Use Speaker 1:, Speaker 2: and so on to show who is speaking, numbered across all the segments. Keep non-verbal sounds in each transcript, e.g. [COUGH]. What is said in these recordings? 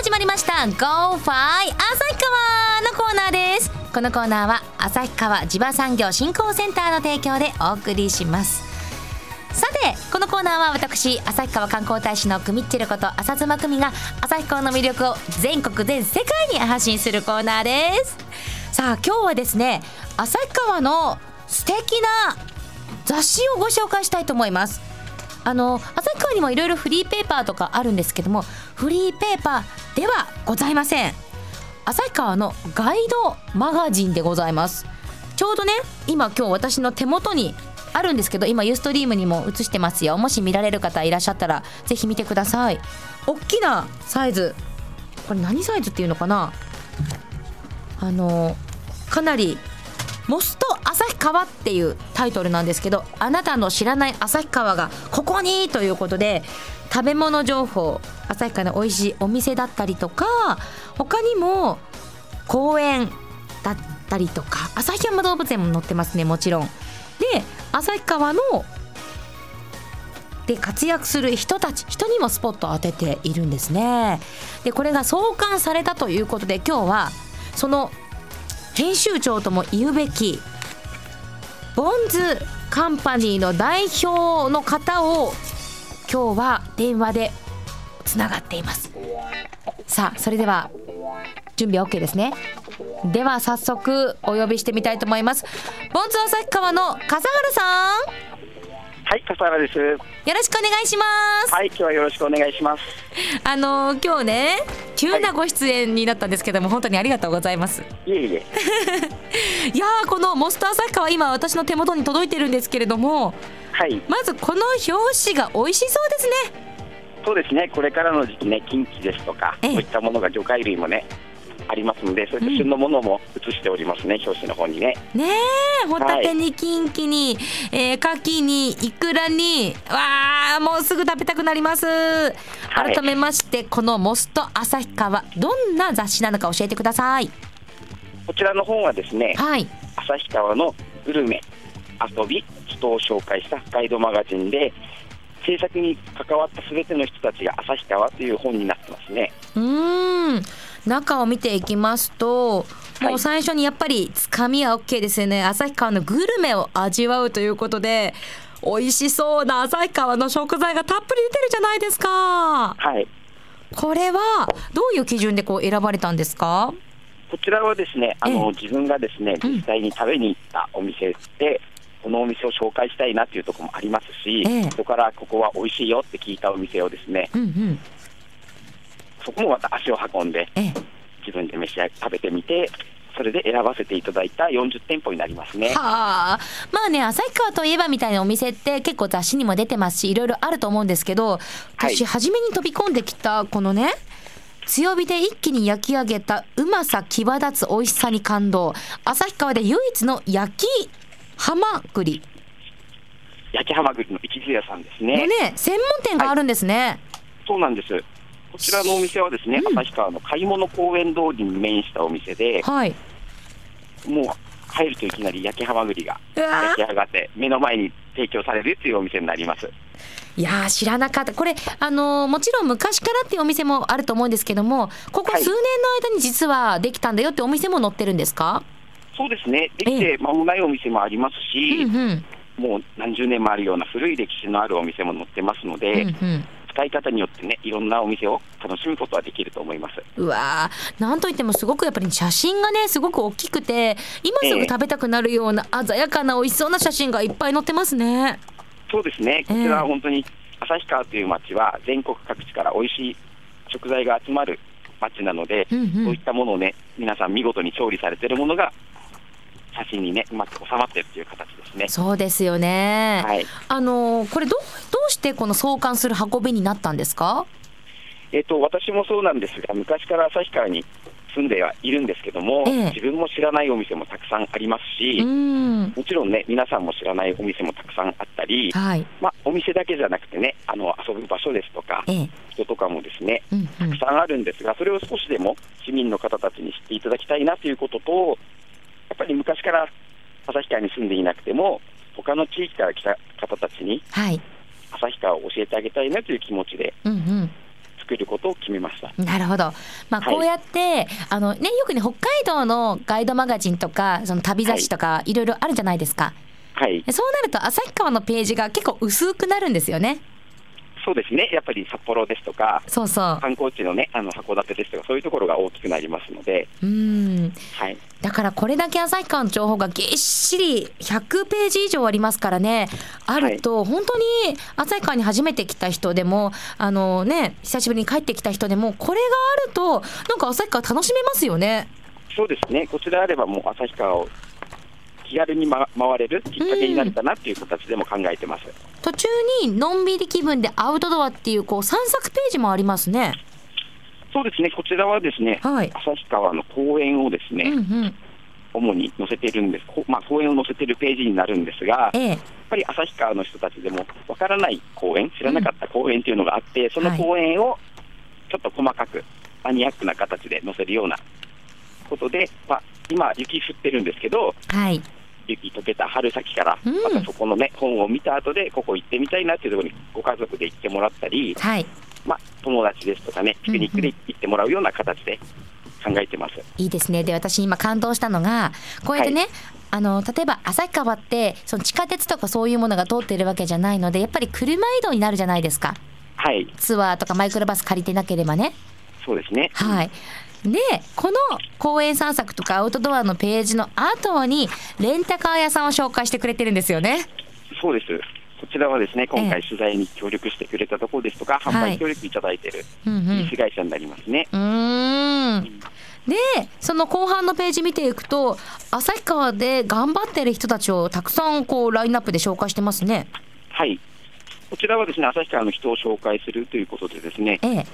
Speaker 1: Go Fi 旭川のコーナーですこのコーナーは旭川地場産業振興センターの提供でお送りしますさてこのコーナーは私旭川観光大使のくみっちること浅妻久美が旭川の魅力を全国全世界に発信するコーナーですさあ今日はですね旭川の素敵な雑誌をご紹介したいと思いますあの旭川にもいろいろフリーペーパーとかあるんですけどもフリーペーパーではございません旭川のガイドマガジンでございますちょうどね今今日私の手元にあるんですけど今ユーストリームにも映してますよもし見られる方いらっしゃったらぜひ見てください大きなサイズこれ何サイズっていうのかなあのかなり「モスト旭川」っていうタイトルなんですけどあなたの知らない旭川がここにということで食べ物情報旭川の美味しいお店だったりとか他にも公園だったりとか旭山動物園も載ってますねもちろん。で旭川ので活躍する人たち人にもスポットを当てているんですね。でこれが創刊されたということで今日はその編集長とも言うべきボンズカンパニーの代表の方を今日は電話でつながっていますさあそれでは準備は OK ですねでは早速お呼びしてみたいと思いますボンズ旭川の笠原さん
Speaker 2: はい、笠原です。
Speaker 1: よろしくお願いします、
Speaker 2: はい、今日はよろしくお願いします。
Speaker 1: あのー今日ね急なご出演になったんですけども、本当にありがとうございます
Speaker 2: いえいえ、
Speaker 1: いやーこのモスター旭川今私の手元に届いてるんですけれども
Speaker 2: はい、
Speaker 1: まずこの表紙が美味しそうですね
Speaker 2: そうですね。これからの時期ね、近畿ですとか、
Speaker 1: え
Speaker 2: こ
Speaker 1: え
Speaker 2: ういったものが魚介類もね。ありますので、そういった旬のものも映しておりますね、表紙の方にね。
Speaker 1: ねえホタテにキンキに、えー、牡蠣にイクラにわあもうすぐ食べたくなります、
Speaker 2: い
Speaker 1: 改めましてこのモスト旭川どんな雑誌なのか教えてください
Speaker 2: こちらの方はですね、
Speaker 1: はい
Speaker 2: 旭川のグルメ、遊び、人を紹介したガイドマガジンで、制作に関わったすべての人たちが旭川という本になってますね。
Speaker 1: うーん中を見ていきますとも
Speaker 2: は
Speaker 1: う
Speaker 2: い
Speaker 1: 最初にやっぱりつかみは OK ですよね旭川のグルメを味わうということで美味しそうな旭川の食材がたっぷり出てるじゃないですか
Speaker 2: はい。
Speaker 1: これはどういう基準でこう選ばれたんですか
Speaker 2: こちらはですね、あの
Speaker 1: え
Speaker 2: 自分がですね、
Speaker 1: うん
Speaker 2: 実際に食べに行ったお店で、このお店を紹介したいなっていうところもありますし、
Speaker 1: ええ
Speaker 2: そこからここは美味しいよって聞いたお店をですね、
Speaker 1: うんうん
Speaker 2: そこもまた足を運んで、
Speaker 1: ええ
Speaker 2: 自分で召し上が食べてみて、それで選ばせていただいた40店舗になりますね。
Speaker 1: はあまあね旭川といえばみたいなお店って結構雑誌にも出てますしいろいろあると思うんですけど
Speaker 2: はい
Speaker 1: 私初めに飛び込んできたこのね強火で一気に焼き上げたうまさ際立つ美味しさに感動旭川で唯一の焼きハマグリ
Speaker 2: 焼きハマグリの一途屋さんですね
Speaker 1: のね専門店があるんですね、
Speaker 2: そうなんです。こちらのお店はですね、
Speaker 1: うん
Speaker 2: 旭川の買い物公園通りに面したお店で、
Speaker 1: はい、
Speaker 2: もう入るといきなり焼きハマグリが
Speaker 1: うわー
Speaker 2: 焼き上がって、目の前に提供されるっていうお店になります。
Speaker 1: いやー知らなかったこれあのーもちろん昔からっていうお店もあると思うんですけどもここ
Speaker 2: はい
Speaker 1: 数年の間に実はできたんだよってお店も載ってるんですか、
Speaker 2: そうですね、できて間もないお店もありますし、
Speaker 1: うんうん
Speaker 2: もう何十年もあるような古い歴史のあるお店も載ってますので、
Speaker 1: うんうん
Speaker 2: 使い方によってね、いろんなお店を楽しむことはできると思います。
Speaker 1: うわーなんといってもすごくやっぱり写真がねすごく大きくて今すぐ食べたくなるような鮮やかな美味しそうな写真がいっぱい載ってますね。
Speaker 2: そうですね、こちらは本当に旭川という町は、全国各地から美味しい食材が集まる町なので、
Speaker 1: うんうん
Speaker 2: そういったものをね、皆さん見事に調理されてるものが、写真にね、うまく収まってるという形ですね。
Speaker 1: そうですよね。
Speaker 2: はい
Speaker 1: あのーこれどうどうしてこの創刊する運びになったんですか？
Speaker 2: えっと、私もそうなんですが、昔から旭川に住んではいるんですけども、
Speaker 1: ええ
Speaker 2: 自分も知らないお店もたくさんあります
Speaker 1: う
Speaker 2: し、
Speaker 1: ん
Speaker 2: もちろんね、皆さんも知らないお店もたくさんあったり、
Speaker 1: はい
Speaker 2: まあ、お店だけじゃなくてね、あの遊ぶ場所ですとか、
Speaker 1: ええ
Speaker 2: 人とかもですね、
Speaker 1: うんう
Speaker 2: た
Speaker 1: ん
Speaker 2: くさんあるんですが、それを少しでも市民の方たちに知っていただきたいなということと、やっぱり昔から旭川に住んでいなくても、他の地域から来た方たちに
Speaker 1: はい
Speaker 2: 旭川を教えてあげたいなという気持ちで
Speaker 1: うんうん
Speaker 2: 作ることを決めました。
Speaker 1: なるほど。まあ、
Speaker 2: はい
Speaker 1: こうやって、あのね、よくね、北海道のガイドマガジンとか、その旅雑誌とか、いろいろあるじゃないですか。
Speaker 2: はい
Speaker 1: で、そうなると、旭川のページが結構薄くなるんですよね。
Speaker 2: そうですね。やっぱり札幌ですとか、
Speaker 1: そうそう。
Speaker 2: 観光地のね、あの函館ですとか、そういうところが大きくなりますので、
Speaker 1: うん。
Speaker 2: はい、
Speaker 1: だから、これだけ旭川の情報がぎっしり100ページ以上ありますからね。あると、本当に旭川に初めて来た人でも、あのね、久しぶりに帰ってきた人でも、これがあると、なんか旭川楽しめますよね。
Speaker 2: そうですね。こちらあればもう旭川を気軽に、ま、回れるきっかけになるかなっていう形でも考えてます。
Speaker 1: 途中にのんびり気分でアウトドアっていうこう散策ページもありますね。
Speaker 2: そうですね。こちらはですね、
Speaker 1: はい。
Speaker 2: 旭川の公園をですね、
Speaker 1: うんうん。
Speaker 2: 主に載せているんです、こまあ、公園を載せているページになるんですが、やっ
Speaker 1: ええ。
Speaker 2: ぱり旭川の人たちでもわからない公園、知らなかった公園というのがあって、その公園をちょっと細かく、マニアックな形で載せるようなことで、まあ、今、雪降ってるんですけど、
Speaker 1: はい。
Speaker 2: 雪溶けた春先から、
Speaker 1: うん
Speaker 2: またそこの、ね、本を見た後で、ここ行ってみたいなっていうところにご家族で行ってもらったり、
Speaker 1: はい。
Speaker 2: まあ、友達ですとかね、ピクニックで行ってもらうような形で考えてます。
Speaker 1: いいですね。で、私今感動したのが、こうやってね、あの、例えば旭川って、その地下鉄とかそういうものが通ってるわけじゃないので、やっぱり車移動になるじゃないですか。
Speaker 2: はい、
Speaker 1: ツアーとかマイクロバス借りてなければね。
Speaker 2: そうですね。
Speaker 1: はい。で、この公園散策とかアウトドアのページの後に、レンタカー屋さんを紹介してくれてるんですよね。
Speaker 2: そうです。こちらはですね、今
Speaker 1: え
Speaker 2: 回取材に協力してくれたところですとか、販
Speaker 1: はい
Speaker 2: 売協力いただいている
Speaker 1: うんうん
Speaker 2: リー。ス会社になりますね。
Speaker 1: うーん。で、その後半のページ見ていくと、旭川で頑張ってる人たちをたくさんこうラインナップで紹介してますね。
Speaker 2: はい。こちらはですね、旭川の人を紹介するということでですね、
Speaker 1: ええ。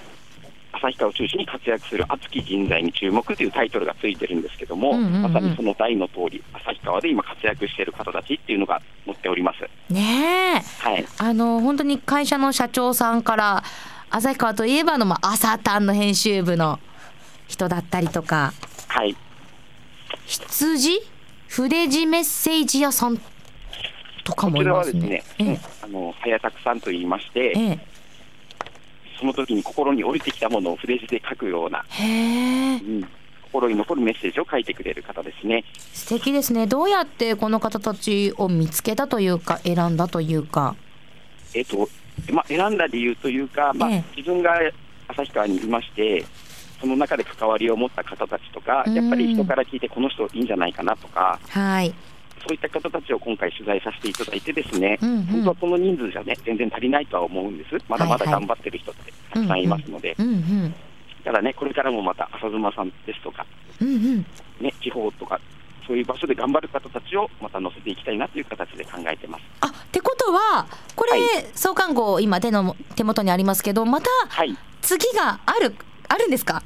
Speaker 2: 旭川を中心に活躍する熱き人材に注目というタイトルがついてるんですけども、
Speaker 1: うんうんうん
Speaker 2: まさにその題の通り、旭川で今活躍している方たちっていうのが載っております。
Speaker 1: ねえ。
Speaker 2: はい。
Speaker 1: あの、本当に会社の社長さんから、旭川といえばの、まあ、朝タンの編集部の人だったりとか、
Speaker 2: はい。
Speaker 1: 羊筆字メッセージ屋さんとか
Speaker 2: こ
Speaker 1: も
Speaker 2: ち
Speaker 1: い
Speaker 2: ら
Speaker 1: ま
Speaker 2: は
Speaker 1: す
Speaker 2: ですね
Speaker 1: ね。、
Speaker 2: うんあの、早作さんと言いまし
Speaker 1: ええ。
Speaker 2: て、
Speaker 1: え
Speaker 2: その時に心に降りてきたものを筆字で書くような、
Speaker 1: え。へえ
Speaker 2: う。ん心に残るメッセージを書いてくれる方ですね。
Speaker 1: 素敵ですね。どうやってこの方たちを見つけたというか、選んだというか。
Speaker 2: えっとまあ、選んだ理由というか、まあ
Speaker 1: ええ
Speaker 2: 自分が旭川にいまして、その中で関わりを持った方たちとか、
Speaker 1: うん
Speaker 2: やっぱり人から聞いて、この人いいんじゃないかなとか、
Speaker 1: はい。
Speaker 2: そういった方たちを今回、取材させていただいて、ですね、
Speaker 1: うんうん
Speaker 2: 本当はこの人数じゃね、全然足りないとは思うんです、まだまだ
Speaker 1: はいはい
Speaker 2: 頑張ってる人ってたくさんいますので、
Speaker 1: うんうん。
Speaker 2: ただね、これからもまた浅妻さんですとか、
Speaker 1: うんうん。
Speaker 2: ね、地方とか、そういう場所で頑張る方たちをまた乗せていきたいなという形で考えてます。
Speaker 1: あ、ってことは、これ、
Speaker 2: はい
Speaker 1: 創刊号今手の手元にありますけど、また
Speaker 2: はい
Speaker 1: 次がある、あるんですか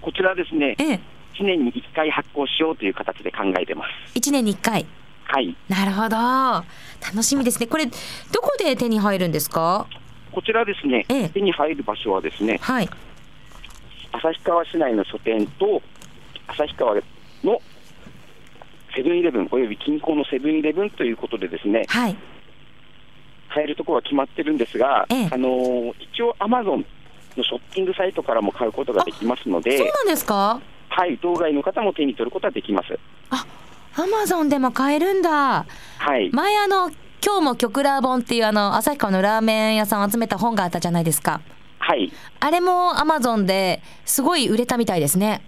Speaker 2: こちらですね、
Speaker 1: ええ。
Speaker 2: 1年に1回発行しようという形で考えてます。
Speaker 1: 1年に1回。
Speaker 2: はい、
Speaker 1: なるほど。楽しみですね。これ、どこで手に入るんですか
Speaker 2: こちらですね、
Speaker 1: ええ
Speaker 2: 手に入る場所はですね、
Speaker 1: はい。
Speaker 2: 旭川市内の書店と、旭川のセブンイレブン、および近郊のセブンイレブンということで、ですね
Speaker 1: はい。
Speaker 2: 買えるところは決まってるんですが、
Speaker 1: ええ
Speaker 2: あのー一応、アマゾンのショッピングサイトからも買うことができますの
Speaker 1: そう
Speaker 2: で、
Speaker 1: なんですか
Speaker 2: はい、当該の方も手に取ることはできます。
Speaker 1: あ、アマゾンでも買えるんだ。
Speaker 2: はい、
Speaker 1: 前あの、今日も極ラー本っていうあの、旭川のラーメン屋さんを集めた本があったじゃないですか。
Speaker 2: はい、
Speaker 1: あれもアマゾンですごい売れたみたいですね。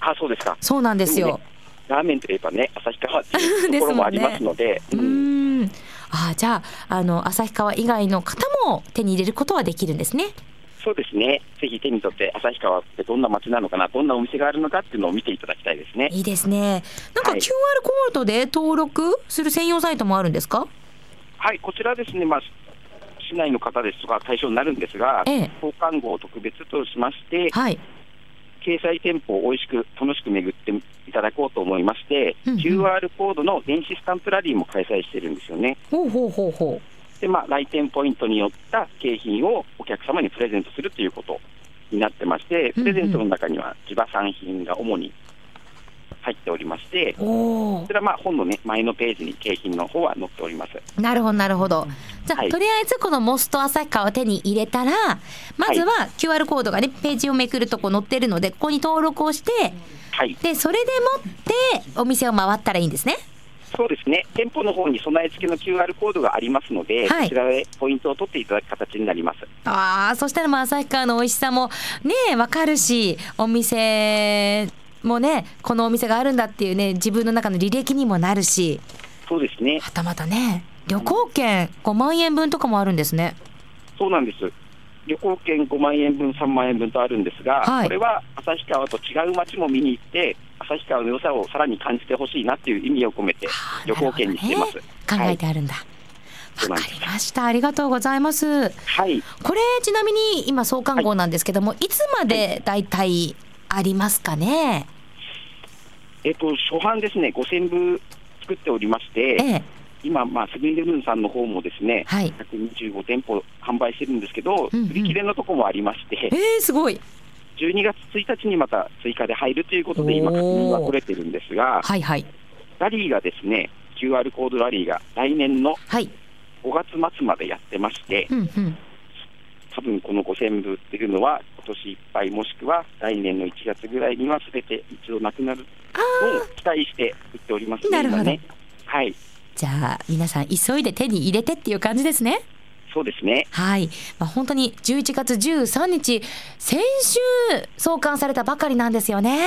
Speaker 2: あ、そうですか。
Speaker 1: そうなんですよ。
Speaker 2: ラーメンといえばね、旭川って
Speaker 1: [LAUGHS]
Speaker 2: いうところもありますので、
Speaker 1: う
Speaker 2: うん
Speaker 1: ーん。ああ、じゃあ、あの、旭川以外の方も手に入れることはできるんですね。
Speaker 2: そうですね、ぜひ手に取って、旭川ってどんな街なのかな、どんなお店があるのかっていうのを見ていただきたいですね。
Speaker 1: いいですね。なんか
Speaker 2: は
Speaker 1: QR
Speaker 2: い
Speaker 1: コードで登録する専用サイトもあるんですか
Speaker 2: はい、こちらですね、まあ、市内の方ですとか対象になるんですが、
Speaker 1: ええ
Speaker 2: 創刊号特別としまして、
Speaker 1: はい。
Speaker 2: 掲載店舗を美味しく、楽しく巡っていただこうと思いまして、
Speaker 1: うんうん
Speaker 2: QR コードの電子スタンプラリーも開催してるんですよね。
Speaker 1: ほうほうほうほ
Speaker 2: で、まあ、来店ポイントによった景品をお客様にプレゼントするということになってまして、プレゼントの中には地場産品が主に入っておりまして、
Speaker 1: おお
Speaker 2: それはまあ本のね、前のページに景品の方は載っております。
Speaker 1: なるほどなるほど。じゃあ、
Speaker 2: はい
Speaker 1: とりあえずこのモスト旭川を手に入れたらまずは QR コードがねページをめくるとこ載ってるのでここに登録をして
Speaker 2: はい。
Speaker 1: でそれでもってお店を回ったらいいんですね。
Speaker 2: そうですね。店舗の方に備え付けの QR コードがありますので、
Speaker 1: はい
Speaker 2: こちらでポイントを取っていただく形になります。
Speaker 1: ああそしたらもう旭川の美味しさもねえわかるしお店もねこのお店があるんだっていうね自分の中の履歴にもなるし
Speaker 2: そうですね。
Speaker 1: はたまたね旅行券5万円分とかもあるんですね。
Speaker 2: そうなんです。旅行券5万円分、3万円分とあるんですが、
Speaker 1: はい
Speaker 2: これは旭川と違う街も見に行って、旭川の良さをさらに感じてほしいなっていう意味を込めて
Speaker 1: あ、ー
Speaker 2: 旅行券にしてます。
Speaker 1: 考
Speaker 2: は
Speaker 1: え
Speaker 2: い
Speaker 1: てあるんだ。
Speaker 2: そう
Speaker 1: わ
Speaker 2: なん
Speaker 1: か
Speaker 2: です
Speaker 1: りました。ありがとうございます。
Speaker 2: はい、
Speaker 1: これちなみに今創刊号なんですけども、い、つまでだいたいありますかね。
Speaker 2: えっ、と、初版ですね、5000部作っておりまして、
Speaker 1: ええ、
Speaker 2: 今、まあ、セブンイレブンさんの方もですね、
Speaker 1: はい。
Speaker 2: 125店舗販売してるんですけど、
Speaker 1: うんうん
Speaker 2: 売り切れのとこもありまして
Speaker 1: え、ー、すごい。
Speaker 2: 12月1日にまた追加で入るということで、今、
Speaker 1: おー
Speaker 2: 確認が取れてるんですが、
Speaker 1: はいはい
Speaker 2: ラリーがですね、QR コードラリーが来年の
Speaker 1: はい。
Speaker 2: 5月末までやってまして、
Speaker 1: うんうん。
Speaker 2: 多分この5000部っていうのは、今年いっぱい、もしくは来年の1月ぐらいには、すべて一度なくなるのを期待して売っておりますね、
Speaker 1: なるほど
Speaker 2: 今ね。はい、
Speaker 1: じゃあ皆さん急いで手に入れてっていう感じですね。
Speaker 2: そうですね。
Speaker 1: はい、まあ、本当に11月13日先週創刊されたばかりなんですよね。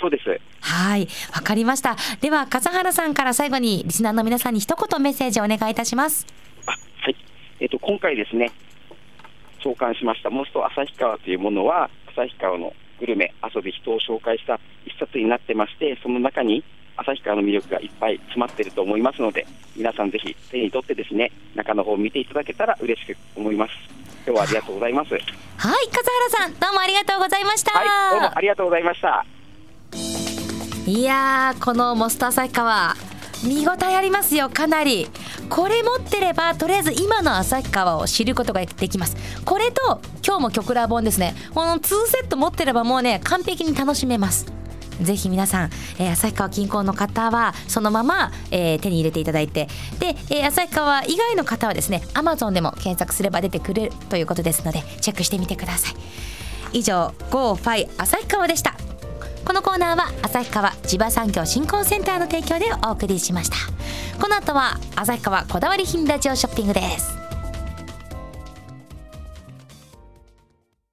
Speaker 2: そうです。
Speaker 1: はい、わかりました。では笠原さんから最後にリスナーの皆さんに一言メッセージをお願いいたします。
Speaker 2: あはい。えっ、と、今回ですね、創刊しました、モスト旭川というものは、旭川のグルメ、遊び、人を紹介した一冊になってまして、その中に、旭川の魅力がいっぱい詰まってると思いますので、皆さんぜひ手に取ってですね、中の方を見ていただけたら嬉しく思います。今日はありがとうございます。はい、
Speaker 1: はい、笠原さんどうもありがとうございました。
Speaker 2: どうもありがとうございました。
Speaker 1: いやーこのモスター旭川見応えありますよかなりこれ持ってればとりあえず今の旭川を知ることができますこれと今日も曲ラボンですねこの2セット持ってればもうね完璧に楽しめますぜひ皆さん、えー旭川近郊の方はそのまま、えー手に入れていただいてで、えー旭川以外の方はですね Amazon でも検索すれば出てくれるということですのでチェックしてみてください以上「GoFi 旭川」でしたこのコーナーは旭川地場産業振興センターの提供でお送りしましたこの後は旭川こだわり品ラジオショッピングです